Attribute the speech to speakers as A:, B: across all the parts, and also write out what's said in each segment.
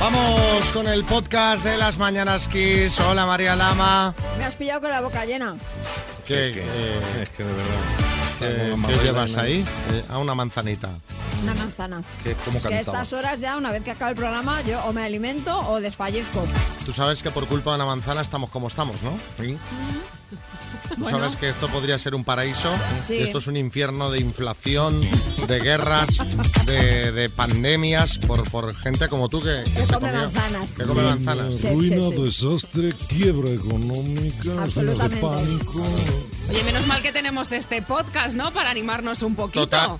A: Vamos con el podcast de las Mañanas Kiss. Hola María Lama.
B: Me has pillado con la boca llena.
A: ¿Qué,
C: es, que,
A: eh,
C: es que de verdad.
A: qué-
C: Tengo una
A: qué
C: madre
A: llevas
C: en la-
A: ahí? Eh, a una manzanita.
B: Una manzana.
C: Que es como
B: Es que a
C: cantaba.
B: estas horas ya, una vez que acaba el programa, yo o me alimento o desfallezco.
A: Tú sabes que por culpa de una manzana estamos como estamos, ¿no?
C: Sí.
D: Pues
A: Tú
B: Bueno.
A: sabes que esto podría ser un paraíso.
B: Sí.
A: y Esto es un infierno de inflación, de guerras, de, de pandemias, por, por gente como tú que, que
B: Que
A: se
B: come
A: comió-
B: manzanas.
A: Que come
B: Sí.
A: manzanas.
B: Sí,
E: Ruina,
B: sí, sí.
E: desastre, quiebra económica, escenas de
B: Absolutamente.
E: pánico.
F: Oye, menos mal que tenemos este podcast, ¿no? Para animarnos un poquito.
A: Total.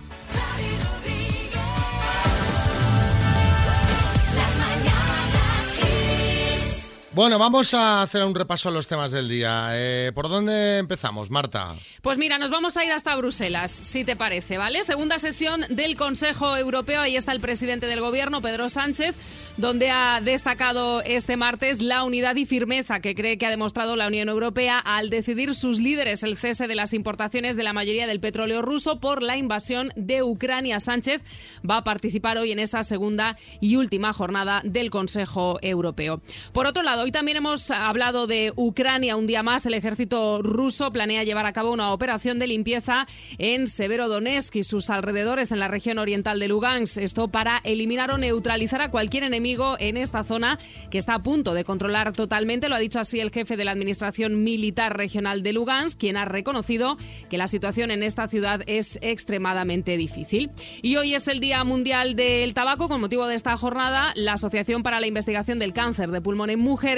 A: Bueno, vamos a hacer un repaso a los temas del día. Eh, ¿Por dónde empezamos, Marta?
F: Pues mira, nos vamos a ir hasta Bruselas, si te parece, ¿vale? Segunda sesión del Consejo Europeo, ahí está el presidente del gobierno, Pedro Sánchez, donde ha destacado este martes la unidad y firmeza que cree que ha demostrado la Unión Europea al decidir sus líderes el cese de las importaciones de la mayoría del petróleo ruso por la invasión de Ucrania. Sánchez va a participar hoy en esa segunda y última jornada del Consejo Europeo. Por otro lado, hoy también hemos hablado de Ucrania un día más. El ejército ruso planea llevar a cabo una operación de limpieza en Severodonetsk y sus alrededores en la región oriental de Lugansk. Esto para eliminar o neutralizar a cualquier enemigo en esta zona que está a punto de controlar totalmente. Lo ha dicho así el jefe de la Administración Militar Regional de Lugansk, quien ha reconocido que la situación en esta ciudad es extremadamente difícil. Y hoy es el Día Mundial del Tabaco. Con motivo de esta jornada, la Asociación para la Investigación del Cáncer de Pulmón en Mujeres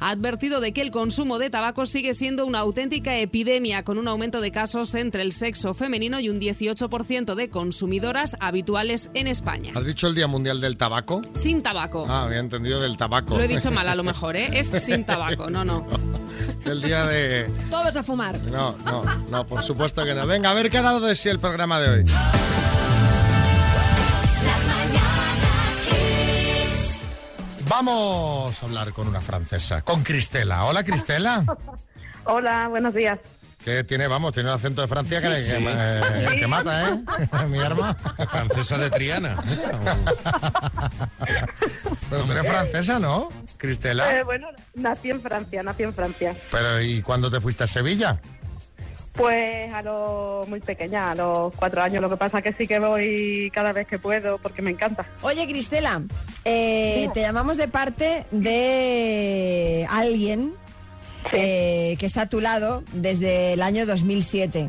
F: ha advertido de que el consumo de tabaco sigue siendo una auténtica epidemia, con un aumento de casos entre el sexo femenino y un 18% de consumidoras habituales en España.
A: ¿Has dicho el Día Mundial del Tabaco?
F: Sin tabaco.
A: Ah, había entendido del tabaco.
F: Lo he dicho mal a lo mejor, ¿eh? Es sin tabaco, no, no.
A: El día de...
B: Todos a fumar.
A: No, no, no, por supuesto que no. Venga, a ver qué ha dado de sí el programa de hoy. Vamos a hablar con una francesa, con Cristela. Hola, Cristela.
G: Hola, buenos días.
A: Que tiene, vamos, tiene un acento de Francia que,
C: Sí,
A: que-
C: sí.
A: eh, que mata, ¿eh? Mi arma.
C: Francesa de Triana.
A: Pero tú eres francesa, ¿no? Cristela.
G: Eh, bueno, nací en Francia, nací en Francia.
A: Pero ¿y cuándo te fuiste a Sevilla?
G: Pues a los muy pequeña, a los cuatro años. Lo que pasa que sí que voy cada vez que puedo porque me encanta.
B: Oye, Cristela, eh, te llamamos de parte de alguien eh, que está a tu lado desde el año 2007.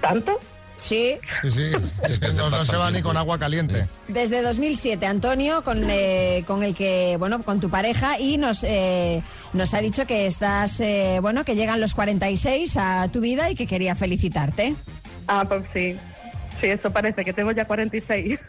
G: ¿Tanto?
B: Sí,
A: Sí, sí. Es que
C: se
A: no, no
C: pasa
A: se va
C: el
A: ni
C: tiempo.
A: con agua caliente.
B: desde 2007, Antonio, con, eh, con el que, bueno, con tu pareja y nos, eh, nos ha dicho que estás, eh, bueno, que llegan los 46 a tu vida y que quería felicitarte.
G: Ah, pues sí. Sí, eso parece que tengo ya 46.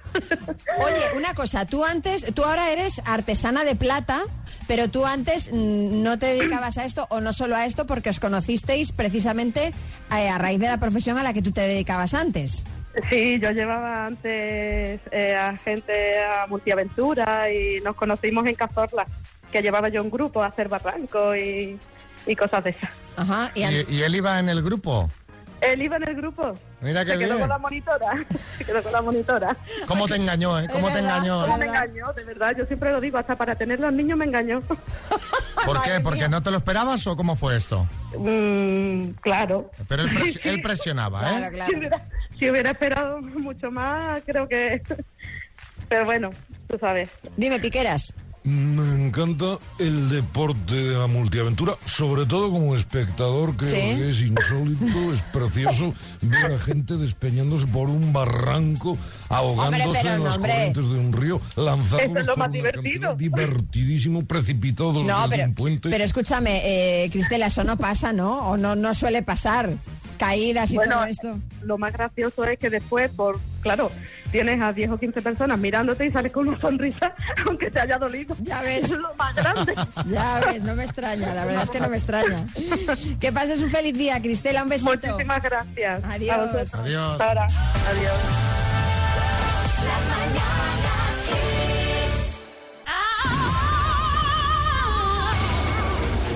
B: Oye, una cosa, tú antes, tú ahora eres artesana de plata, pero tú antes mm, no te dedicabas a esto o no solo a esto porque os conocisteis precisamente eh, a raíz de la profesión a la que tú te dedicabas antes.
G: sí, yo llevaba antes eh, a gente a Multiaventura y nos conocimos en Cazorla, que llevaba yo un grupo a hacer barranco y, y cosas de esas.
B: Ajá, y, an-
A: ¿Y, y él iba en el grupo?
G: Él iba en el grupo.
A: Mira qué
G: Se quedó
A: bien.
G: con la monitora. Se quedó con la monitora.
A: ¿Cómo te engañó, eh? ¿Cómo te engañó?
G: ¿Cómo
A: eh?
G: me engañó? De verdad, yo siempre lo digo, hasta para tener los niños me engañó.
A: ¿Por qué? ¿Porque no te lo esperabas o cómo fue esto?
G: Mm, claro.
A: Pero él, presi- él presionaba, ¿eh?
B: claro,
G: Si
B: claro.
G: hubiera, si hubiera esperado mucho más, creo que... Pero bueno, tú sabes.
B: Dime, Piqueras.
E: Me encanta el deporte de la multiaventura, sobre todo como espectador, creo
B: Sí.
E: que es insólito, es precioso ver a gente despeñándose por un barranco, ahogándose
B: pero
E: en
B: no,
E: las
B: hombre.
E: corrientes de un río,
G: Eso
E: lanzándolos
G: es lo
E: por
G: más
E: una
G: divertido.
E: cantidad divertidísimo,
B: No,
E: precipitados Pues desde
B: pero,
E: un puente.
B: pero escúchame, eh, Cristela, eso no pasa, ¿no? O no, no suele pasar. Caídas y todo
G: Bueno,
B: esto.
G: lo más gracioso es que después, por claro, tienes a 10 o 15 personas mirándote y sales con una sonrisa, aunque te haya dolido.
B: Ya ves.
G: Eso es lo más grande.
B: Ya ves, no me extraña, la verdad es que no me extraña. Que pases un feliz día, Cristela, un besito.
G: Muchísimas gracias. A
B: Adiós.
G: vosotros.
A: Adiós.
G: Ahora, adiós.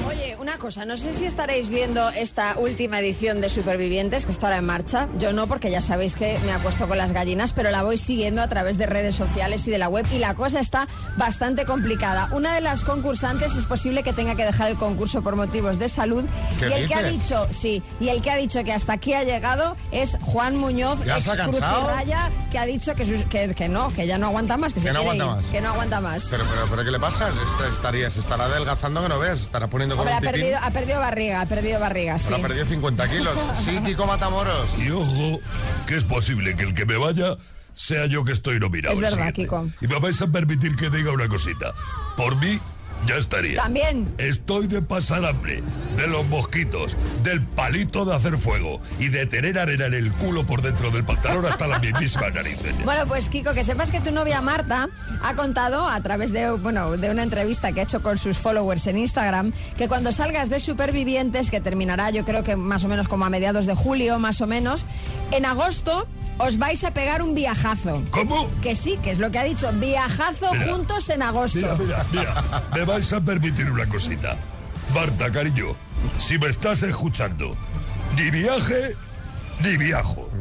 B: Oye, una cosa, no sé si estaréis viendo esta última edición de Supervivientes, que está ahora en marcha. Yo no, porque ya sabéis que me acuesto con las gallinas, pero la voy siguiendo a través de redes sociales y de la web y la cosa está bastante complicada. Una de las concursantes es posible que tenga que dejar el concurso por motivos de salud. Y
A: ¿Qué
B: el que ha
A: dices?
B: dicho, sí, y el que ha dicho que hasta aquí ha llegado es Juan Muñoz,
A: ¿Ya
B: ex
A: se ha
B: Cruz y
A: cansado?
B: Raya, que ha dicho que, sus- que, que no, que ya no aguanta más, que, se
A: Que no
B: quiere
A: aguanta
B: ir,
A: más.
B: que no aguanta más.
A: Pero, pero, pero ¿qué le pasa? Esta- Estaría, se estará adelgazando que no veas, se estará poniendo con
B: Hombre, ha
A: un tipín.
B: perdido, ha perdido barriga, ha perdido barriga, sí.
A: Ahora ha perdido 50 kilos. Sí, Kiko Matamoros.
E: Y ojo, que es posible que el que me vaya sea yo que estoy nominado.
B: Es
E: el
B: verdad,
E: siguiente.
B: Kiko.
E: Y me vais a permitir que diga una cosita. Por mí, ya estaría.
B: También.
E: Estoy de pasar hambre, de los mosquitos, del palito de hacer fuego y de tener arena en el culo por dentro del pantalón hasta las mismas narices.
B: Bueno, pues Kiko, que sepas que tu novia Marta ha contado a través de, bueno, de una entrevista que ha hecho con sus followers en Instagram que cuando salgas de Supervivientes, que terminará yo creo que más o menos como a mediados de julio, más o menos, en agosto os vais a pegar un viajazo.
E: ¿Cómo?
B: Que sí, que es lo que ha dicho, viajazo
E: Mira.
B: juntos en agosto.
E: Mira, mira, mira, me vais a permitir una cosita. Marta, cariño, si me estás escuchando, ni viaje, ni viajo.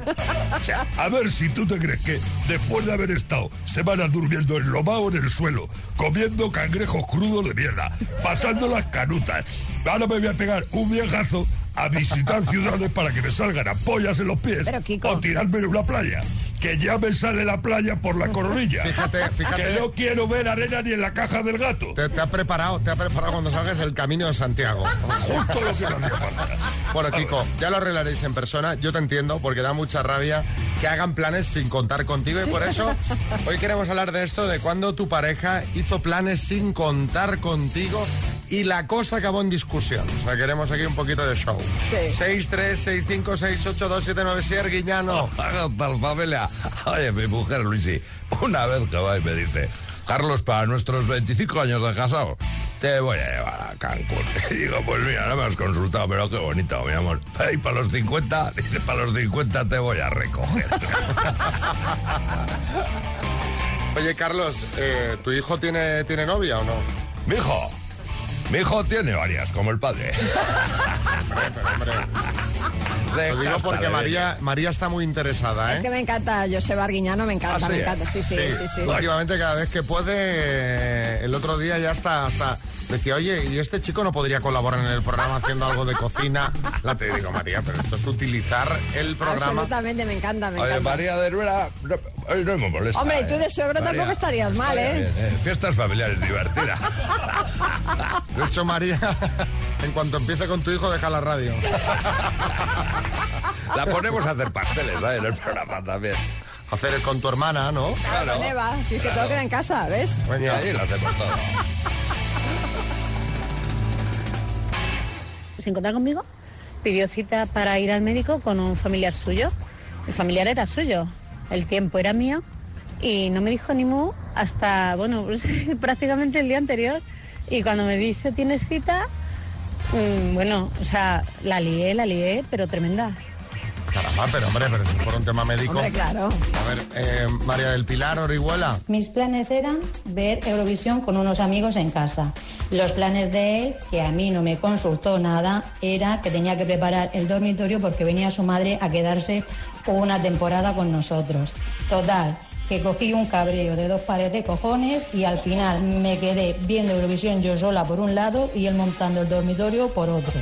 E: O sea, a ver si tú te crees que después de haber estado semanas durmiendo en en el suelo, comiendo cangrejos crudos de mierda, pasando las canutas, ahora me voy a pegar un viajazo a visitar ciudades para que me salgan ampollas en los pies
B: Pero, Kiko.
E: o tirarme en una playa. Que ya me sale la playa por la coronilla.
A: Fíjate, fíjate.
E: Que no quiero ver arena ni en la caja del gato.
A: Te, te ha preparado, te ha preparado cuando salgas el camino de Santiago.
E: Justo lo que me hacía falta.
A: Bueno, Kiko, ya lo arreglaréis en persona. Yo te entiendo porque da mucha rabia que hagan planes sin contar contigo y por eso hoy queremos hablar de esto, de cuando tu pareja hizo planes sin contar contigo y la cosa acabó en discusión. O sea, queremos aquí un poquito de show.
B: Sí.
A: 636568279, Sier Guiñano.
E: Haga tal familia. Oye, mi mujer Luisi, una vez que va y me dice, Carlos, para nuestros 25 años de casado, te voy a llevar a Cancún. Y digo, pues mira, no me has consultado, pero qué bonito, mi amor. Y para los 50, dice, para los 50 te voy a recoger.
A: Oye, Carlos, eh, ¿tu hijo tiene, tiene novia o no?
E: Mijo, mi hijo tiene varias, como el padre.
A: Pero, hombre,
E: De
A: lo digo porque
E: Castalia.
A: María, María está muy interesada, ¿eh?
B: Es que me encanta José Barguiñano, me encanta,
E: ¿Ah, sí?
B: me encanta. Sí, sí, sí, sí.
A: Últimamente cada vez que puede, eh, el otro día ya está, hasta decía, oye, y este chico no podría colaborar en el programa haciendo algo de cocina. La te digo, María, pero esto es utilizar el programa.
B: Absolutamente, me encanta, me
E: Oye,
B: encanta.
E: María de Herrera, no, hoy no me molesta.
B: Hombre, y tú
E: ¿eh?
B: de suegro tampoco estarías mal,
E: estaría
B: ¿eh?
E: bien, Fiestas familiares divertidas.
A: De hecho, María, en cuanto empiece con tu hijo, deja la radio.
E: La ponemos a hacer pasteles ¿eh? en el programa también.
A: Hacer con tu hermana, ¿no?
E: Claro.
B: Neva, si es que todo queda en casa, ¿ves?
E: Y
A: Venga.
E: ahí lo hacemos todo.
H: se encontraba conmigo, pidió cita para ir al médico con un familiar suyo. El familiar era suyo, el tiempo era mío y no me dijo ni mu hasta, bueno, pues, prácticamente el día anterior. Y cuando me dice, tienes cita, mm, bueno, o sea, la lié, la lié, pero tremenda.
A: Caramba, pero hombre, pero si es por un tema médico.
B: Hombre, claro.
A: A ver, eh, María del Pilar, Orihuela.
I: Mis planes eran ver Eurovisión con unos amigos en casa. Los planes de él, que a mí no me consultó nada, era que tenía que preparar el dormitorio porque venía su madre a quedarse una temporada con nosotros. Total, que cogí un cabreo de dos pares de cojones y al final me quedé viendo Eurovisión yo sola por un lado y él montando el dormitorio por otro.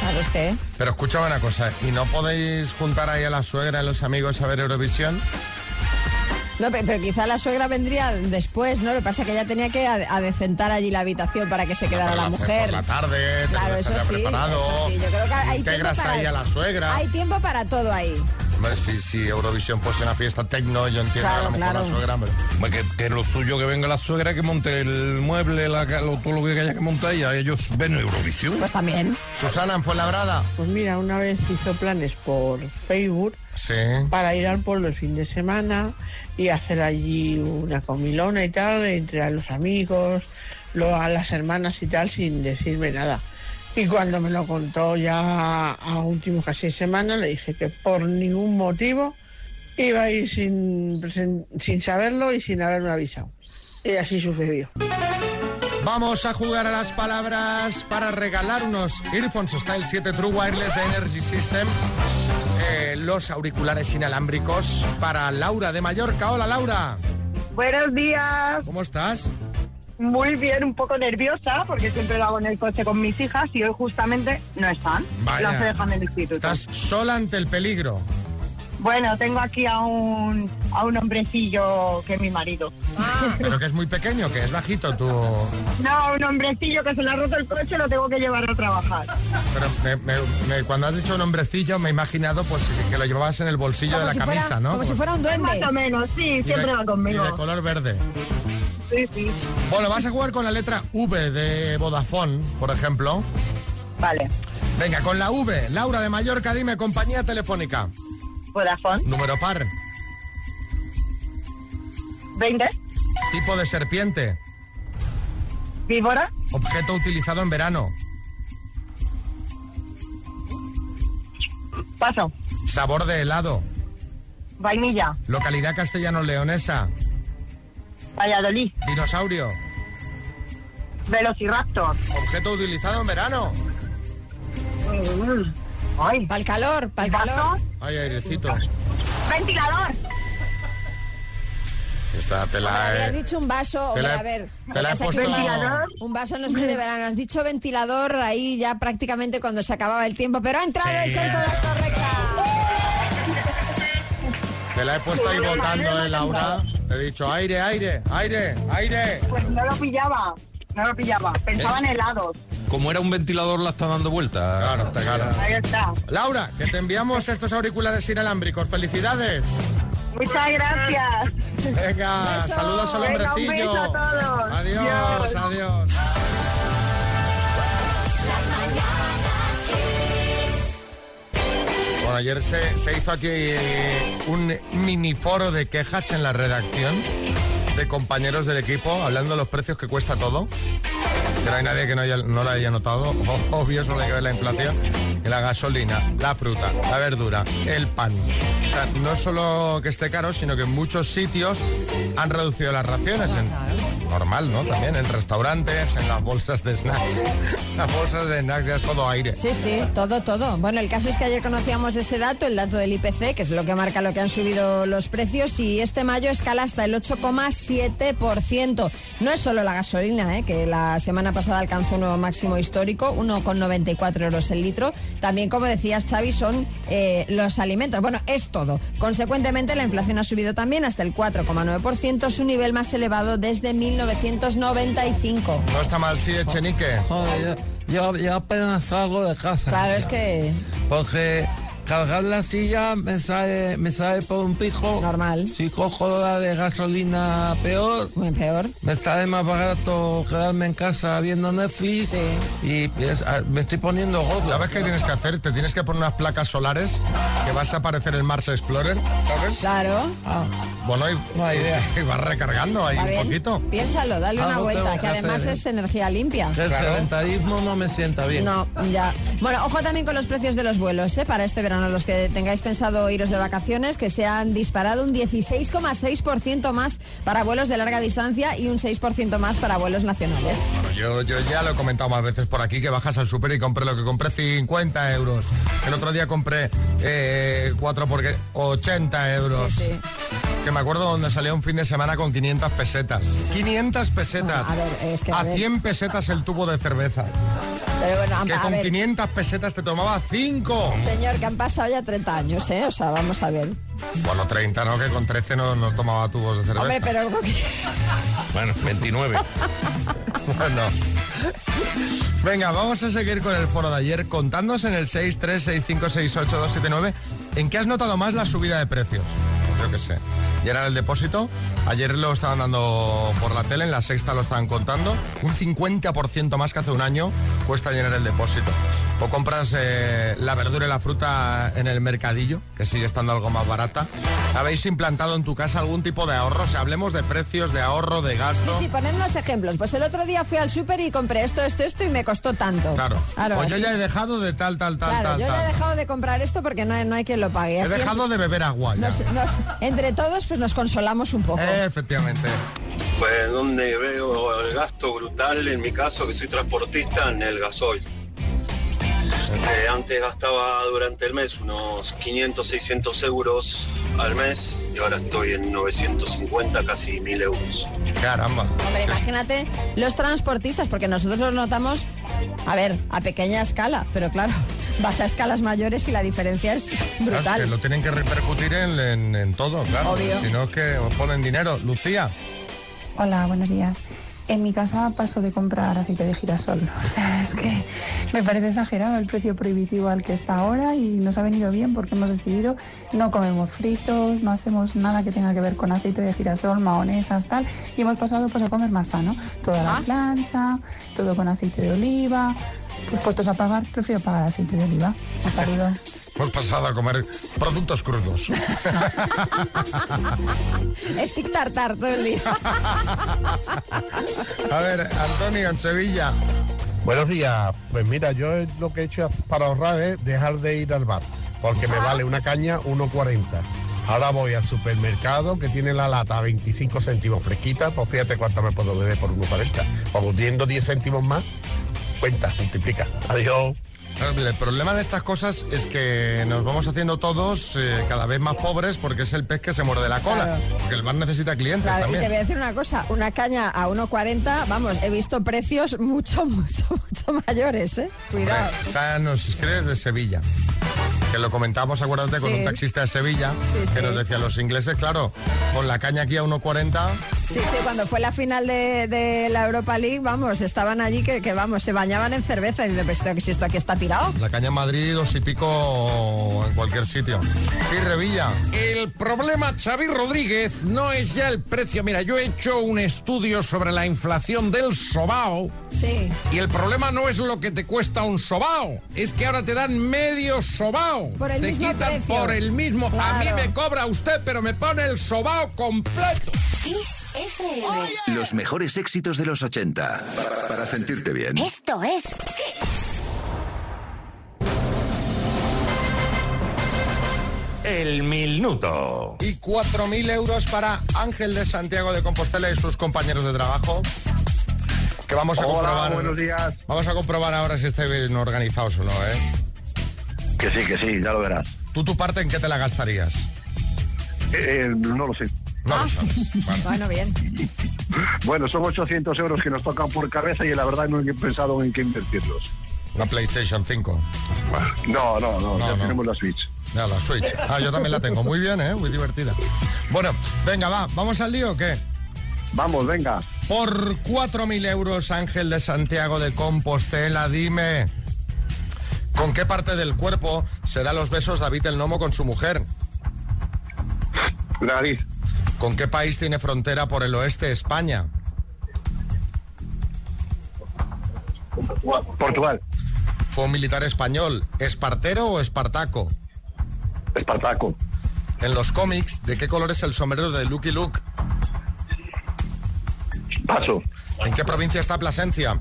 B: Claro, es que.
A: Pero escúchame una cosa, ¿y no podéis juntar ahí a la suegra y los amigos a ver Eurovisión?
B: No, pe- pero quizá la suegra vendría después, ¿no? Lo que pasa es que ella tenía que ad- adecentar allí la habitación para que se quedara
A: Para
B: la
A: hacer
B: mujer.
A: Por la tarde, te
B: Claro,
A: lo
B: eso
A: dejas ya
B: sí,
A: preparado.
B: eso sí. Yo creo que hay tiempo
A: Integras
B: para...
A: ahí a la suegra.
B: Hay tiempo para todo ahí.
A: Hombre, si, si Eurovisión fuese una fiesta tecno, yo entiendo
B: Claro,
A: que a lo mejor
B: claro.
A: la suegra, hombre.
C: Hombre, Que, que lo suyo que venga la suegra que monte el mueble, la, ca- lo- todo lo que haya que montar y a ellos ven Eurovisión.
B: Pues también.
A: Susana, en Fuenlabrada.
J: Pues mira, una vez hizo planes por Facebook
A: Sí.
J: para ir al pueblo el fin de semana y hacer allí una comilona y tal, entre a los amigos, lo- a las hermanas y tal, sin decirme nada. Y cuando me lo contó ya a últimos casi semana, le dije que por ningún motivo iba a ir sin, sin- sin saberlo y sin haberme avisado. Y así sucedió.
A: Vamos a jugar a las palabras para regalar unos Earphones Style 7 True Wireless de Energy System. eh, los auriculares inalámbricos para Laura de Mallorca. Hola Laura,
K: Buenos días.
A: ¿cómo estás?
K: Muy bien, un poco nerviosa porque siempre lo hago en el coche con mis hijas y hoy justamente no están.
A: Vaya.
K: Las dejan en el instituto.
A: Estás sola ante el peligro.
K: Bueno, tengo aquí a un, a un hombrecillo que es mi marido.
A: Pero que es muy pequeño, que es bajito tú.
K: No, un hombrecillo que se le ha roto el coche lo tengo que llevar a trabajar.
A: Pero me- me- me- cuando has dicho un hombrecillo me he imaginado pues que lo llevabas en el bolsillo
B: Como
A: de la
B: si
A: camisa,
B: fuera-
A: ¿no? Pues
B: Como si fuera un
K: Más
B: duende.
K: o menos, sí,
A: Y de-
K: siempre va
A: y de
K: conmigo.
A: color verde.
K: Sí, sí.
A: Bueno, vas a jugar con la letra V de Vodafone, por ejemplo.
K: Vale.
A: Venga, con la V. Laura de Mallorca, dime, compañía telefónica.
K: Vodafone,
A: Número par.
K: 20,
A: Tipo de serpiente.
K: víbora,
A: Objeto utilizado en verano.
K: paso,
A: Sabor de helado.
K: vainilla,
A: Localidad castellano-leonesa.
K: Valladolid,
A: Dinosaurio.
K: velociraptor.
A: Objeto utilizado en verano.
K: Mm. Ay,
B: Para el calor, para el calor.
K: paso,
A: Ay, airecito.
K: ventilador.
A: Esta te
B: Me
A: la
B: habías
A: he,
B: dicho un vaso,
A: Eh, te
B: hombre,
A: la he-
B: a ver.
A: te la he
B: has
A: puesto...
K: Ventilador.
B: Un vaso no es muy de verano. Has dicho ventilador ahí ya prácticamente cuando se acababa el tiempo, pero ha entrado y son todas correctas.
A: Te la he puesto ahí votando, eh, Laura. Te he dicho aire, aire, aire, aire.
K: Pues no lo pillaba, no lo pillaba. Pensaba en helados.
C: Como era un ventilador, la está dando vuelta.
A: Claro,
C: Hasta que
A: claro.
C: ya-
K: Ahí está.
A: Laura, que te enviamos estos auriculares inalámbricos. ¡Felicidades!
K: Muchas gracias.
A: Venga,
B: Beso.
A: saludos al
K: Venga, un
A: hombrecillo.
K: beso a todos.
A: Adiós,
K: Adiós.
A: adiós. Bueno, ayer se, se hizo aquí eh, un mini foro de quejas en la redacción de compañeros del equipo hablando de los precios que cuesta todo. Que no hay nadie que no, haya- no lo haya notado. Obvio, solo hay que ver la inflación. Que La gasolina, la fruta, la verdura, el pan. O sea, no solo que esté caro, sino que en muchos sitios han reducido las raciones. En- normal, ¿no? También en restaurantes, en las bolsas de snacks. Las bolsas de snacks ya es todo aire.
B: Sí, sí, todo, todo. Bueno, el caso es que ayer conocíamos ese dato, el dato del IPC, que es lo que marca lo que han subido los precios, y este mayo escala hasta el 8,7%. No es solo la gasolina, ¿eh? que la semana pasada alcanzó un nuevo máximo histórico, 1,94 euros el litro. También, como decías, Xavi, son eh, los alimentos. Bueno, es todo. Consecuentemente, la inflación ha subido también hasta el 4,9%, su nivel más elevado desde 1995.
A: No está mal, sí, Echenique.
C: Joder, yo, yo- yo apenas salgo de casa.
B: Claro, es que
C: Porque cargar la silla me sale, me sale por un pico.
B: Normal.
C: Si cojo la de gasolina peor,
B: muy peor.
C: me sale más barato quedarme en casa viendo Netflix.
B: Sí.
C: Y es- ah, me estoy poniendo gordo.
A: ¿Sabes qué tienes que hacer? Te tienes que poner unas placas solares que vas a aparecer el Mars Explorer, ¿sabes?
B: Claro.
C: Ah,
A: Bueno, y,
C: Buena idea.
A: y vas recargando ahí
B: Está
A: un
B: bien.
A: poquito. Ah,
B: Piénsalo, dale una
C: Algo
B: vuelta,
C: tengo
B: que
C: que
B: además
C: hacer, ¿eh?
B: es energía limpia.
C: que el
A: Claro.
C: sedentarismo no me sienta bien.
B: No, ya. Bueno, ojo también con los precios de los vuelos, ¿eh? Para este verano, los que tengáis pensado iros de vacaciones, que se han disparado un 16,6% más para vuelos de larga distancia y un 6% más para vuelos nacionales.
A: Bueno, yo, yo ya lo he comentado más veces por aquí, que bajas al súper y compré lo que compré, 50 euros. El otro día compré eh, cuatro porque 80 euros.
B: Sí, sí.
A: Que me acuerdo donde salía un fin de semana con 500 pesetas. 500 pesetas.
B: Bueno, a ver, es que, a
A: A
B: ver.
A: 100 pesetas el tubo de cerveza.
B: Pero bueno, a,
A: Que
B: a
A: con
B: ver,
A: 500 pesetas te tomaba 5.
B: señor, que han pasado ya 30 años, ¿eh? O sea, vamos a ver.
A: Bueno, 30, ¿no? Que con 13 no, no tomaba tubos de cerveza.
B: Hombre, pero algo que-
C: Bueno, 29.
A: Bueno. Venga, vamos a seguir con el foro de ayer. Contándonos en el 636568279 en qué has notado más la subida de precios. Pues yo qué sé. Y era el depósito. Ayer lo estaban dando por la tele, en la sexta lo estaban contando. Un 50% más que hace un año cuesta llenar el depósito. O compras eh, la verdura y la fruta en el mercadillo, que sigue estando algo más barata. ¿Habéis implantado en tu casa algún tipo de ahorro? O sea, hablemos de precios, de ahorro, de
B: Sí,
A: gasto.
B: sí, ponednos ejemplos. Pues el otro día fui al súper y compré esto, esto, esto y me costó tanto.
A: Claro. pues yo
B: así-
A: ya he dejado de tal, tal, tal,
B: Claro,
A: tal,
B: yo
A: tal.
B: ya he dejado de comprar esto porque no hay, no hay quien lo pague.
A: He
B: Así
A: dejado de beber agua ya.
B: nos- nos- entre todos pues nos consolamos un poco.
A: Eh, efectivamente.
L: Pues donde veo el gasto brutal, en mi caso, que soy transportista, en el gasoil. Eh, antes gastaba durante el mes unos 500, 600 euros al mes y ahora estoy en 950, casi 1000 euros.
A: Caramba.
B: Hombre, imagínate los transportistas, porque nosotros los notamos, a ver, a pequeña escala, pero claro, vas a escalas mayores y la diferencia es
A: Claro, es que
B: brutal.
A: lo tienen que repercutir en, en- en todo, claro.
B: Obvio.
A: Si no es que os ponen dinero. Lucía,
M: Hola, buenos días. En mi casa paso de comprar aceite de girasol. O sea, es que me parece exagerado el precio prohibitivo al que está ahora y nos ha venido bien porque hemos decidido no comemos fritos, no hacemos nada que tenga que ver con aceite de girasol, maonesas, tal. Y hemos pasado pues a comer más sano. Toda la plancha, todo con aceite de oliva. Pues puestos a pagar, prefiero pagar aceite de oliva. Un saludo.
A: hemos pasado a comer productos crudos.
B: Stick tartar todo el día.
A: A ver, Antonio, en Sevilla.
N: Buenos días. Pues mira, yo lo que he hecho para ahorrar es dejar de ir al bar, porque me vale una caña 1,40. Ahora voy al supermercado que tiene la lata a 25 céntimos fresquita, pues fíjate cuánto me puedo beber por 1,40. O teniendo 10 céntimos más, cuenta, multiplica. Adiós.
A: El problema de estas cosas es que nos vamos haciendo todos eh, cada vez más pobres porque es el pez que se muerde la cola.
B: Claro.
A: Porque el bar necesita clientes
B: Claro, y
A: también.
B: te voy a decir una cosa, una caña a 1,40, vamos, he visto precios mucho, mucho, mucho mayores, ¿eh? Cuidado.
A: Hombre, esta nos escribes de Sevilla. Que lo comentamos, acuérdate, con
B: Sí.
A: un taxista de Sevilla
B: Sí,
A: que
B: sí.
A: nos decía, los ingleses, claro, con la caña aquí a 1,40,
B: Sí, sí, cuando fue la final de, de la Europa League, vamos, estaban allí que, que, vamos, se bañaban en cerveza y dice, pero esto, si esto aquí está tirado.
A: la caña en Madrid, dos y pico o en cualquier sitio. Sí, Revilla.
C: El problema, Xavi Rodríguez, no es ya el precio. Mira, yo he hecho un estudio sobre la inflación del sobao.
B: Sí.
C: Y el problema no es lo que te cuesta un sobao, es que ahora te dan medio sobao.
B: Por el
C: te
B: mismo
C: quitan
B: precio.
C: por el mismo. A mí
B: Claro.
C: me cobra usted, pero me pone el sobao completo.
O: Los mejores éxitos de los 80. Para, para sentirte bien.
D: Esto es.
A: El minuto. Y 4.000 euros para Ángel de Santiago de Compostela y sus compañeros de trabajo. Que vamos a
P: Hola,
A: comprobar.
P: buenos
A: días. Vamos a comprobar ahora si estáis bien organizados o no, ¿eh?
P: Que sí, que sí, ya lo verás.
A: ¿Tú tu parte en qué te la gastarías?
P: Eh, no lo sé.
A: No
B: Ah.
A: lo sabes.
B: Bueno, bien.
P: Bueno, son 800 euros que nos tocan por cabeza y la verdad no he pensado en qué invertirlos.
A: Una PlayStation 5.
P: No, no, no, ya tenemos la Switch.
A: Ya, la Switch. Ah, yo también la tengo. Muy bien, ¿eh? Muy divertida. Bueno, venga, va. ¿Vamos al lío o qué?
P: Vamos, venga.
A: Por 4.000 euros, Ángel de Santiago de Compostela, dime... ¿Con qué parte del cuerpo se da los besos David el Nomo con su mujer?
P: Nariz.
A: ¿Con qué país tiene frontera por el oeste España?
P: Portugal.
A: ¿Fue un militar español, espartero o espartaco?
P: Espartaco.
A: En los cómics, ¿de qué color es el sombrero de Lucky Luke?
P: Paso.
A: ¿En qué provincia está Plasencia?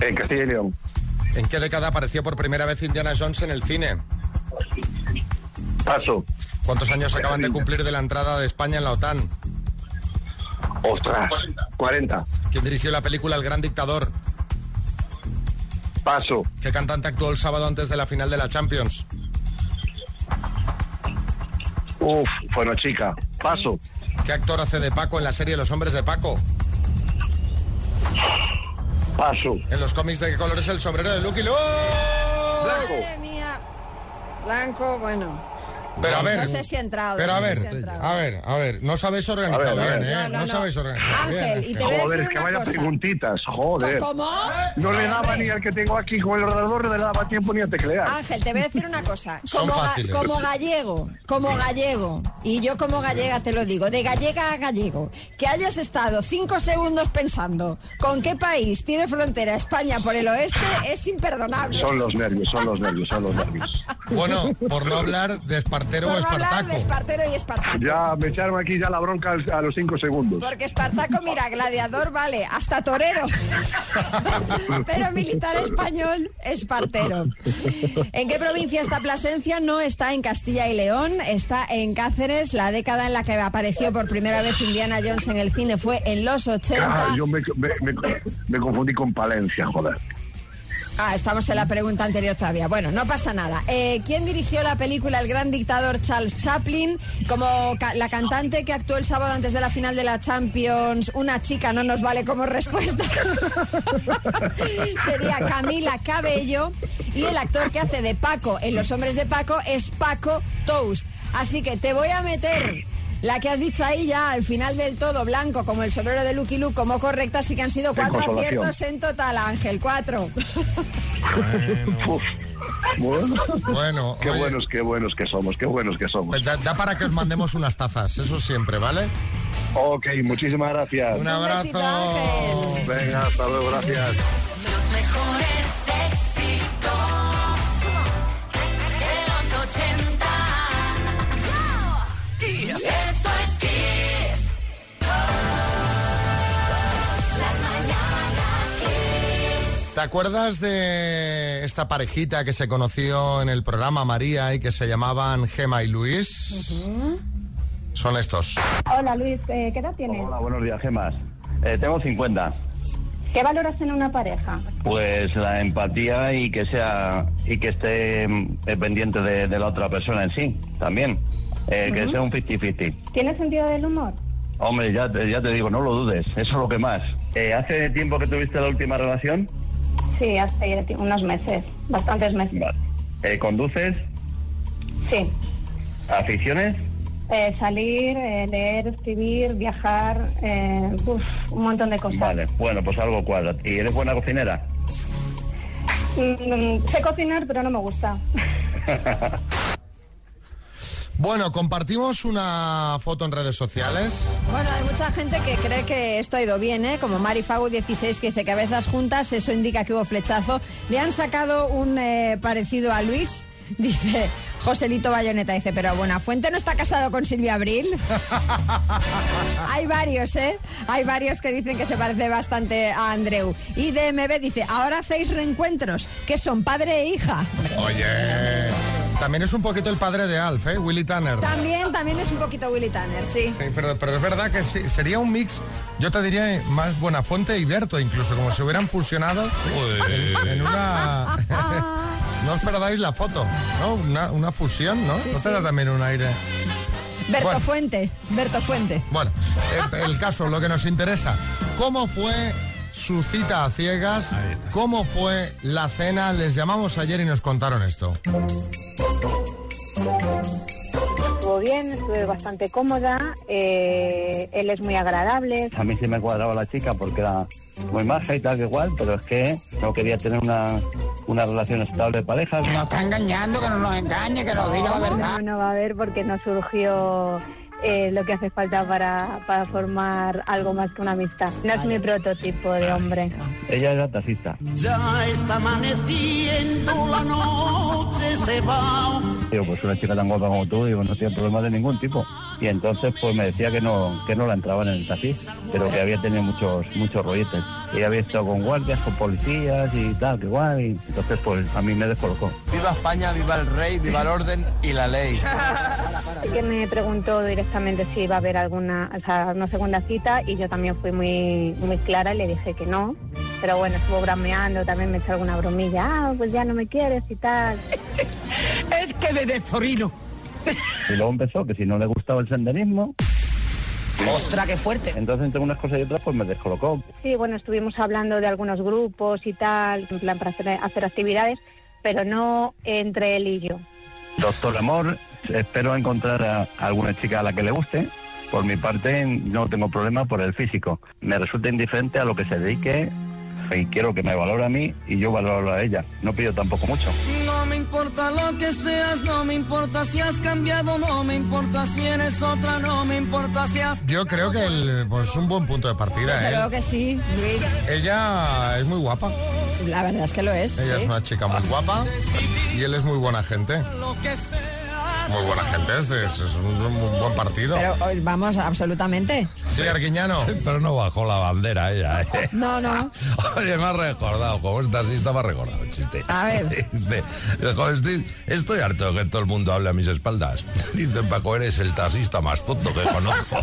P: En Castilla y León.
A: ¿En qué década apareció por primera vez Indiana Jones en el cine?
P: Paso.
A: ¿Cuántos años se acaban de cumplir de la entrada de España en la OTAN? Ah.
P: Ostras. 40.
A: ¿Quién dirigió la película El Gran Dictador?
P: Paso.
A: ¿Qué cantante actuó el sábado antes de la final de la Champions?
P: Uf, bueno, chica. Paso.
A: ¿Qué actor hace de Paco en la serie Los Hombres de Paco?
P: Paso.
A: ¿En los cómics de qué color es el sombrero de Lucky Luke?
B: Madre mía. Blanco, bueno.
A: Pero a ver.
B: No sé si he entrado.
A: Pero a
B: no sé
A: ver,
B: si he entrado.
A: a ver, a ver, no sabéis
P: A
A: organizar
P: ver, a ver.
A: bien, ¿eh?
P: No,
A: No,
P: no, no.
A: sabéis organizar bien.
B: Ángel, y te voy a
P: Joder,
B: decir
P: es que
B: una
P: vaya
B: cosa.
P: preguntitas, joder.
B: ¿Cómo?
P: No le daba ni al que tengo aquí con el ordenador, no le daba tiempo ni a teclear.
B: Ángel, te voy a decir una cosa.
P: Son
B: Como, ga-
P: fáciles.
B: como gallego, como gallego, y yo como gallega te lo digo, de gallega a gallego, que hayas estado cinco segundos pensando con qué país tiene frontera España por el oeste es imperdonable.
P: Son los nervios, son los nervios, son los nervios.
A: Bueno, por no hablar de Espartero o
B: Por no hablar
A: Espartaco.
B: de Espartero y Espartaco.
P: Ya me echaron aquí ya la bronca al- a los cinco segundos.
B: Porque Espartaco, mira, gladiador, vale, hasta torero. Pero militar español, Espartero. ¿En qué provincia está Plasencia? No está en Castilla y León, está en Cáceres. La década en la que apareció por primera vez Indiana Jones en el cine fue en los 80.
P: Ah, yo me, me- me- me confundí con Palencia, joder.
B: Ah, estamos en la pregunta anterior todavía. Bueno, no pasa nada. Eh, ¿Quién dirigió la película El gran dictador Charles Chaplin? Como ca- la cantante que actuó el sábado antes de la final de la Champions, una chica no nos vale como respuesta. Sería Camila Cabello. Y el actor que hace de Paco en Los Hombres de Paco es Paco Tous. Así que te voy a meter la que has dicho ahí ya al final del todo, blanco, como el sombrero de Lucky Luke, como correcta, así que han sido
P: De
B: cuatro
P: consolación.
B: aciertos en total, Ángel, cuatro.
P: Bueno,
A: Bueno,
P: qué buenos, qué buenos que somos, qué buenos que somos.
A: Pues da, da para que os mandemos unas tazas, eso siempre, ¿vale?
P: Ok, muchísimas gracias.
A: Un abrazo.
P: Venga, hasta luego, gracias.
D: Los mejores éxitos de los 80. Esto es Kiss. Las mañanas Kiss.
A: ¿Te acuerdas de esta parejita que se conoció en el programa María y que se llamaban Gema y Luis? Son estos.
Q: Mm. Hola Luis, eh, ¿qué edad tienes?
R: Hola, Ah, buenos días, Gemas. Eh, tengo 50.
Q: ¿Qué valoras en una pareja?
R: Pues la empatía y que sea y que esté mm, eh, pendiente de, de la otra persona en sí, también. Eh, Que
Q: Ujú.
R: sea un 50-50.
Q: ¿Tienes sentido del humor?
R: Hombre, ya te, ya te digo, no lo dudes, eso es lo que más. Eh, ¿Hace tiempo que tuviste la última relación?
Q: Sí, hace ti- unos meses, bastantes meses.
R: Eh, ¿Conduces?
Q: Sí,
R: ¿Aficiones?
Q: Eh, salir, eh, leer, escribir, viajar, eh, uf, un montón de cosas.
R: Vale, bueno, pues algo cuadra. ¿Y eres buena cocinera?
Q: Mm, mm, sé cocinar, pero no me gusta.
A: Bueno, compartimos una foto en redes sociales.
B: Bueno, hay mucha gente que cree que esto ha ido bien, ¿eh? Como Mari Fago 16 que dice cabezas juntas, eso indica que hubo flechazo. Le han sacado un eh, parecido a Luis, dice Joselito Bayoneta, dice, pero Buenafuente no está casado con Silvia Abril. hay varios, ¿eh? Hay varios que dicen que se parece bastante a Andreu. Y DMB dice, ahora hacéis reencuentros, que son padre e hija.
A: Oye. También es un poquito el padre de Alf, ¿eh? Willy Tanner.
B: También, también es un poquito Willy Tanner, sí.
A: Sí, pero, pero es verdad que sí, sería un mix, yo te diría, eh, más Buenafuente y Berto, incluso, como si hubieran fusionado en, en una... no os perdáis la foto, ¿no? Una, una fusión, ¿no?
B: Sí,
A: ¿No te da
B: sí.
A: también un aire?
B: Berto
A: Bueno.
B: Fuente, Berto Fuente.
A: Bueno, eh, el caso, lo que nos interesa, ¿cómo fue su cita a ciegas? ¿Cómo fue la cena? Les llamamos ayer y nos contaron esto.
Q: Estuvo bien, estuve bastante cómoda, eh, él es muy agradable.
R: A mí sí me cuadraba la chica porque era muy maja y tal, que igual, pero es que no quería tener una, una relación estable de pareja.
Q: engañando, que no nos engañe, que nos diga la verdad. No, no va a haber porque no surgió eh, lo que hace falta para, para formar algo más que una amistad. No es mi prototipo de hombre.
R: Ella era taxista.
D: Ya está amaneciendo, la noche se va.
R: Digo, pues una chica tan guapa como tú, digo, no tiene problemas de ningún tipo. Y entonces pues me decía que no, que no la entraban en el taxi, pero que había tenido muchos, muchos rolletes. Y había estado con guardias, con policías y tal, que igual. Y entonces pues a mí me descolocó.
S: Viva España, viva el rey, viva el orden y la ley.
Q: Así que me preguntó directamente si iba a haber alguna, o sea, una segunda cita y yo también fui muy, muy clara y le dije que no. Pero bueno, estuvo brameando, también me echó alguna bromilla, ah, pues ya no me quieres y tal. es que me desorino.
R: Y luego empezó que si no le gustaba el senderismo...
Q: ¡Ostras, qué fuerte!
R: Entonces entre unas cosas y otras pues me descolocó.
Q: Sí, bueno, estuvimos hablando de algunos grupos y tal, en plan para hacer, hacer actividades, pero no entre él y yo.
R: Doctor Amor, espero encontrar a alguna chica a la que le guste. Por mi parte, no tengo problema por el físico. Me resulta indiferente a lo que se dedique y quiero que me valore a mí y yo valoro a ella. No pido tampoco mucho.
D: No me importa lo que seas, no me importa si has cambiado, no me importa si eres otra, no me importa si has...
A: Yo creo que el, pues un buen punto de
B: Desde
A: partida,
B: luego
A: ¿eh?
B: que sí, Luis.
A: Ella es muy guapa.
B: La verdad es que lo es.
A: Ella
B: sí.
A: es una chica muy guapa y él es muy buena gente. Muy buena gente, es, es- es un, un buen partido.
B: Pero hoy vamos, absolutamente.
A: Sí, Arguiñano.
C: Pero no bajó la bandera ella, ¿eh?
B: No, no.
C: Oye, me ha recordado, como es taxista, me ha recordado el chiste.
B: A ver.
C: Dice, "Joder, estoy, estoy harto de que todo el mundo hable a mis espaldas. Dice Paco, eres el taxista más tonto que conozco.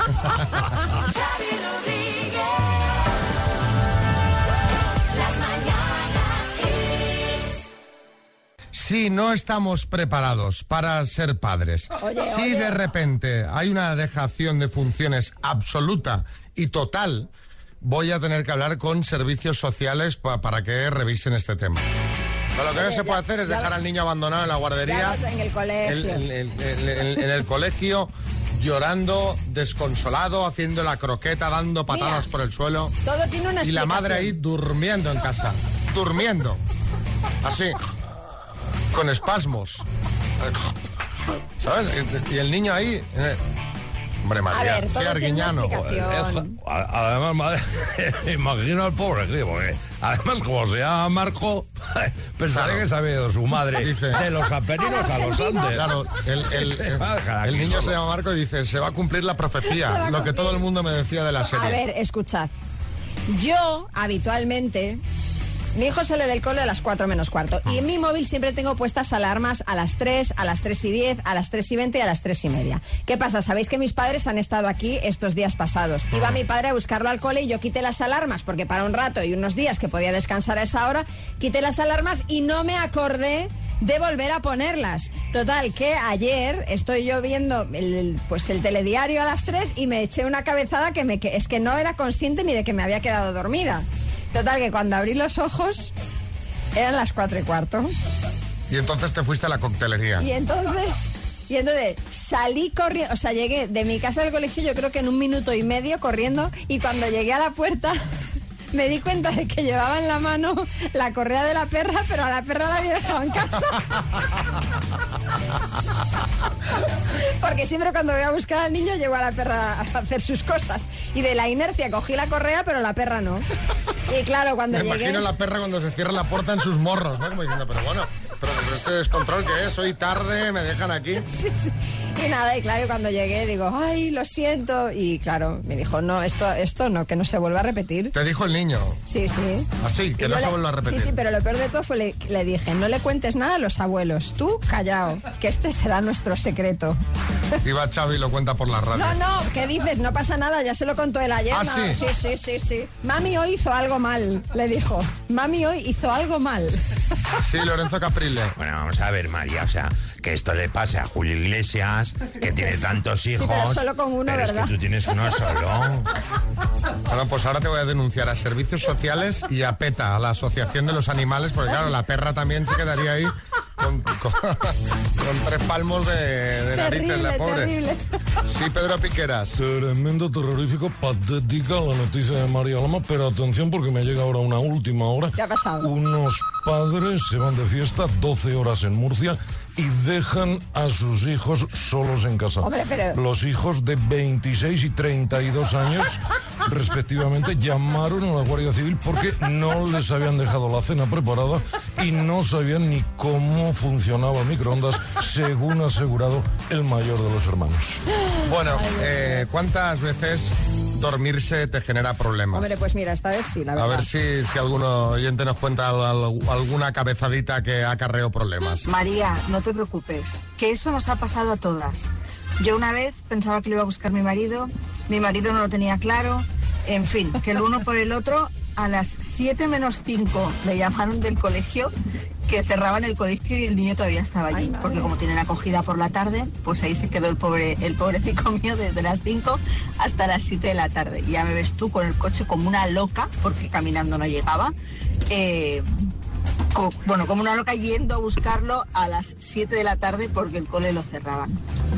A: Si no estamos preparados para ser padres,
B: Oye,
A: si
B: oye.
A: de repente hay una dejación de funciones absoluta y total, voy a tener que hablar con servicios sociales pa- para que revisen este tema. Pero lo que no
B: Oye,
A: se puede
B: ya-
A: hacer es
B: ya-
A: dejar al niño abandonado en la guardería,
B: Ya en el
A: en,
B: colegio.
A: en- en- en- en el colegio, llorando, desconsolado, haciendo la croqueta, dando patadas por el suelo.
B: Todo tiene una
A: Y la madre ahí
B: explicación.
A: durmiendo en casa. Durmiendo. Así. Con espasmos. ¿Sabes? Y el niño ahí. eh. Hombre, María,
C: ver, todo
A: sí,
C: tiene una
A: Arguiñano.
C: explicación. Eh, A- Además, madre, imagino al pobre tío, porque además como se llama Marco, pensaré que se ha venido su madre
A: Dice-
C: de los Apeninos a los Andes.
A: Claro, el, el-
C: Le va a dejar aquí
A: el niño
C: solo.
A: se llama Marco y dice, se va a cumplir la
B: Se va
A: profecía,
B: a
A: lo que todo el mundo me decía de la serie.
B: A ver, escuchad. Yo, habitualmente, mi hijo sale del cole a las 4 menos cuarto. Y en mi móvil siempre tengo puestas alarmas a las 3, a las 3 y 10, a las 3 y 20 y a las 3 y media. ¿Qué pasa? Sabéis que mis padres han estado aquí estos días pasados. Iba mi padre a buscarlo al cole y yo quité las alarmas porque para un rato y unos días que podía descansar a esa hora, quité las alarmas y no me acordé de volver a ponerlas. Total, que ayer estoy yo viendo el, pues el telediario a las 3 y me eché una cabezada que, me, que es que no era consciente ni de que me había quedado dormida. Total, que cuando abrí los ojos eran las 4 y cuarto.
A: Y entonces te fuiste a la coctelería.
B: Y entonces, y entonces salí corriendo, o sea, llegué de mi casa al colegio yo creo que en un minuto y medio corriendo y cuando llegué a la puerta... Me di cuenta de que llevaba en la mano la correa de la perra, pero a la perra la había dejado en casa. Porque siempre cuando voy a buscar al niño llevo a la perra a hacer sus cosas. Y de la inercia cogí la correa, pero la perra no. Y claro, cuando
A: Me
B: llegué...
A: imagino la perra cuando se cierra la puerta en sus morros, ¿no? Como diciendo, pero bueno, pero, pero este descontrol que es, hoy tarde, me dejan aquí.
B: Y nada, y claro, cuando llegué digo, ay, lo siento. Y claro, me dijo, no, esto, esto no, que no se vuelva a repetir.
A: Te dijo el niño,
B: Sí, sí.
A: así, que
B: Y
A: no
B: yo
A: se
B: le-
A: vuelva a repetir.
B: Sí, sí, pero lo peor de todo fue le, le dije, no le cuentes nada a los abuelos. Tú, callao, que este será nuestro secreto.
A: Iba Xavi y lo cuenta por la radio.
B: No, no, ¿qué dices? No pasa nada, ya se lo contó él ayer.
A: Ah,
B: ma-
A: ¿sí?
B: sí, sí, sí, sí. Mami hoy hizo algo mal, le dijo. Mami hoy hizo algo mal.
A: Sí, Lorenzo Caprile.
C: Bueno, vamos a ver, María, o sea, que esto le pase a Julio Iglesias, que tiene tantos
B: Sí,
C: hijos.
B: pero solo con uno,
C: pero
B: ¿verdad?
C: es que tú tienes uno solo.
A: Bueno, pues ahora te voy a denunciar a Servicios Sociales y a PETA, a la Asociación de los Animales, porque claro, la perra también se quedaría ahí con, con- con tres palmos de, de narices, la pobre. Sí, Pedro Piqueras.
T: Tremendo, terrorífico, patética la noticia de María Lama, pero atención porque me llega ahora una última hora.
B: ¿Qué ha pasado?
T: Unos padres se van de fiesta 12 horas en Murcia y dejan a sus hijos solos en casa.
B: Hombre, pero-
T: Los hijos de 26 y 32 años, respectivamente, llamaron a la Guardia Civil porque no les habían dejado la cena preparada y no sabían ni cómo funcionaba el microondas, según ha asegurado el mayor de los hermanos.
A: Bueno, eh, ¿cuántas veces dormirse te genera problemas?
B: Hombre, pues mira, esta vez sí, la
A: A
B: verdad.
A: ver si, si alguno oyente nos cuenta al- al- alguna cabezadita que acarreó problemas.
B: Mm,
U: María, no te preocupes, que eso nos ha pasado a todas. Yo una vez pensaba que lo iba a buscar mi marido, mi marido no lo tenía claro, en fin, que el uno por el otro a las 7 menos 5 me llamaron del colegio que cerraban el colegio y el niño todavía estaba allí, porque como tienen acogida por la tarde, pues ahí se quedó el pobre el pobrecito mío desde las 5 hasta las 7 de la tarde. Y ya me ves tú con el coche como una loca, porque caminando no llegaba. eh, co- bueno, como una loca yendo a buscarlo a las 7 de la tarde porque el cole lo cerraban.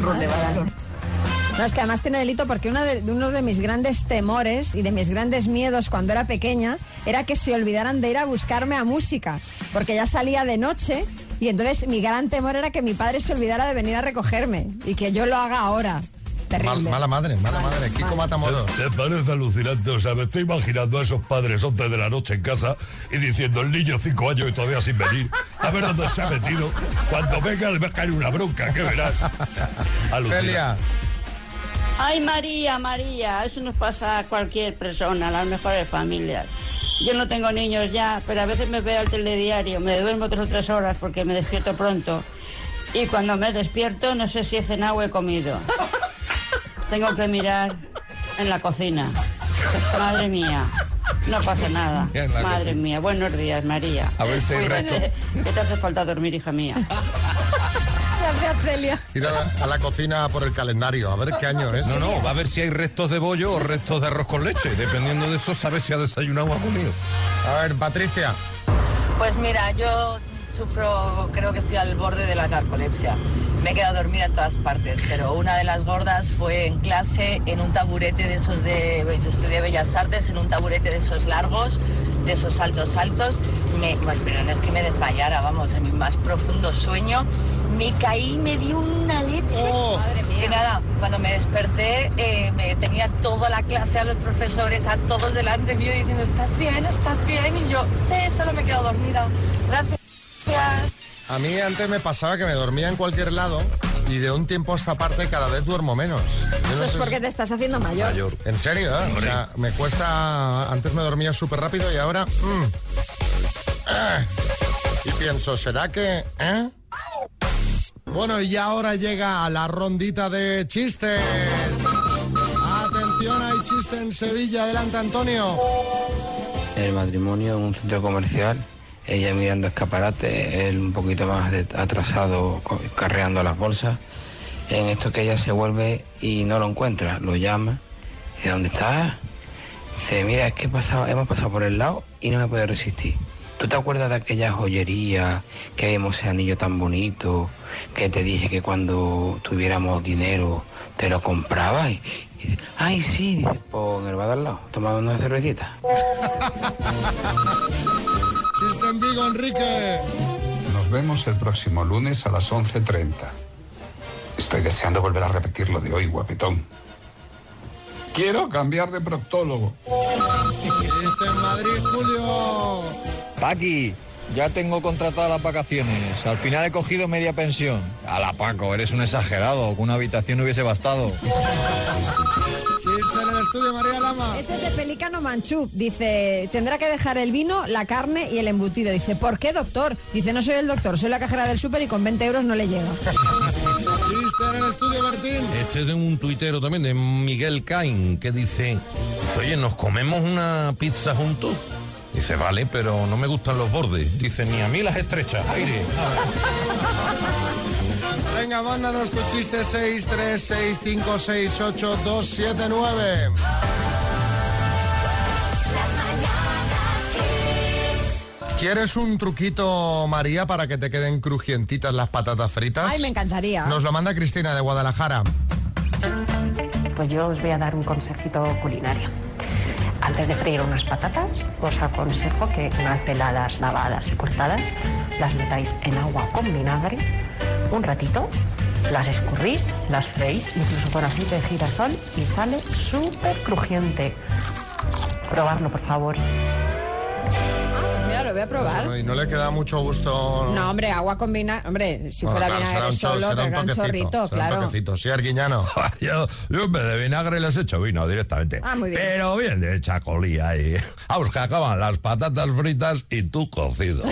U: Ronde Badalona.
B: Ah. No, es que además tiene delito porque una de- uno de mis grandes temores y de mis grandes miedos cuando era pequeña era que se olvidaran de ir a buscarme a música, porque ya salía de noche. Y entonces mi gran temor era que mi padre se olvidara de venir a recogerme y que yo lo haga ahora. Terrible.
A: Mal- mala madre, mala madre. Kiko Matamoros.
E: ¿Te parece alucinante? O sea, me estoy imaginando a esos padres 11 de la noche en casa y diciendo el niño 5 años y todavía sin venir. A ver dónde se ha metido. Cuando venga le va a caer una bronca, que verás. Alucina.
F: Ay, María, María, eso nos pasa a cualquier persona, a las mejores familias. Yo no tengo niños ya, pero a veces me veo al telediario, me duermo tres o tres horas porque me despierto pronto. Y cuando me despierto, no sé si he cenado o he comido. Tengo que mirar en la cocina. Madre mía, no pasa nada.
A: Mira en la
F: Madre
A: cocina.
F: mía, buenos días, María.
A: A ver si hay
F: Cuídate, que te hace falta dormir, hija mía.
B: Gracias, Celia.
A: Ir a la, a la cocina por el calendario, a ver qué año es.
C: No, no, va a ver si hay restos de bollo o restos de arroz con leche. Dependiendo de eso, sabes si ha desayunado o ha comido.
A: A ver, Patricia.
V: Pues mira, yo sufro, creo que estoy al borde de la narcolepsia. Me he quedado dormida en todas partes, pero una de las gordas fue en clase, en un taburete de esos de, estudié Bellas Artes, en un taburete de esos largos, de esos altos altos. Me, bueno, pero no es que me desmayara, vamos, en mi más profundo sueño. Me caí, me dio una leche. Que nada, cuando me desperté, eh, me tenía toda la clase, a los profesores, a todos delante mío diciendo, ¿estás bien? ¿Estás bien? Y yo, sí, solo me quedo dormida. Gracias.
A: A mí antes me pasaba que me dormía en cualquier lado y de un tiempo a esta parte cada vez duermo menos. Yo
B: Eso
A: no
B: es
A: sé
B: Pues porque te estás haciendo mayor.
A: En serio, ¿eh? O sea, me cuesta... Antes me dormía súper rápido y ahora... mm. Eh. Y pienso, ¿será que...? eh? Bueno, y ahora llega la rondita de chistes. Atención, hay chiste en Sevilla. Adelante, Antonio.
W: El matrimonio en un centro comercial, ella mirando escaparate, él un poquito más de- atrasado co- carreando las bolsas. En esto que ella se vuelve y no lo encuentra, lo llama, dice, ¿dónde estás? Dice, mira, es que he pasado- hemos pasado por el lado y no me puedo resistir. ¿Tú te acuerdas de aquella joyería que vimos ese anillo tan bonito? Que te dije que cuando tuviéramos dinero te lo comprabas. Y dice, Ay, sí, dice, pues en el bar de al lado, tomando una cervecita.
A: Chiste en Vigo, Enrique.
X: Nos vemos el próximo lunes a las 11.30. Estoy deseando volver a repetir lo de hoy, guapetón. Quiero cambiar de proctólogo.
A: Chiste en Madrid, Julio.
S: Paqui, ya tengo contratadas las vacaciones. Al final he cogido media pensión. A la Paco, eres un exagerado. Con una habitación hubiese bastado.
A: Chiste en el estudio, María Lama.
B: Este es de Pelícano Manchú. Dice, tendrá que dejar el vino, la carne y el embutido. Dice, ¿por qué, doctor? Dice, no soy el doctor, soy la cajera del súper y con 20 euros no le llega.
A: Chiste en el estudio, Martín.
C: Este es de un tuitero también, de Miguel Cain, que dice, oye, ¿nos comemos una pizza juntos? Dice, vale, pero no me gustan los bordes. Dice, ni a mí las estrechas. Aire.
A: Venga, mándanos tu chiste 636568279. ¿Quieres un truquito, María, para que te queden crujientitas las patatas fritas?
B: Ay, me encantaría.
A: Nos lo manda Cristina de Guadalajara.
Y: Pues yo os voy a dar un consejito culinario. Antes de freír unas patatas, os aconsejo que unas peladas, lavadas y cortadas, las metáis en agua con vinagre un ratito, las escurrís, las freís, incluso con aceite de girasol y sale súper crujiente. Probarlo, por favor.
B: Pues mira, lo voy a probar.
A: Y no le queda mucho gusto.
B: No, hombre, agua con vinagre. Hombre, si
A: Bueno,
B: fuera
A: claro, será
B: vinagre
A: un, cho-
B: solo,
A: será un
B: pero un
A: toquecito.
B: chorrito,
A: será un
B: claro.
A: toquecito. Sí, Arguiñano.
C: yo, yo en vez de vinagre les echo vino directamente.
B: Ah, muy bien.
C: Pero bien de chacolía ahí. Vamos, que acaban las patatas fritas y tú cocido.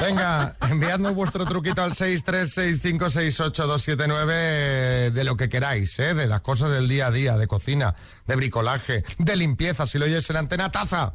A: Venga, enviadnos vuestro truquito al 636568279 eh, de lo que queráis, ¿eh? de las cosas del día a día, de cocina, de bricolaje, de limpieza, si lo oyes en antena, taza.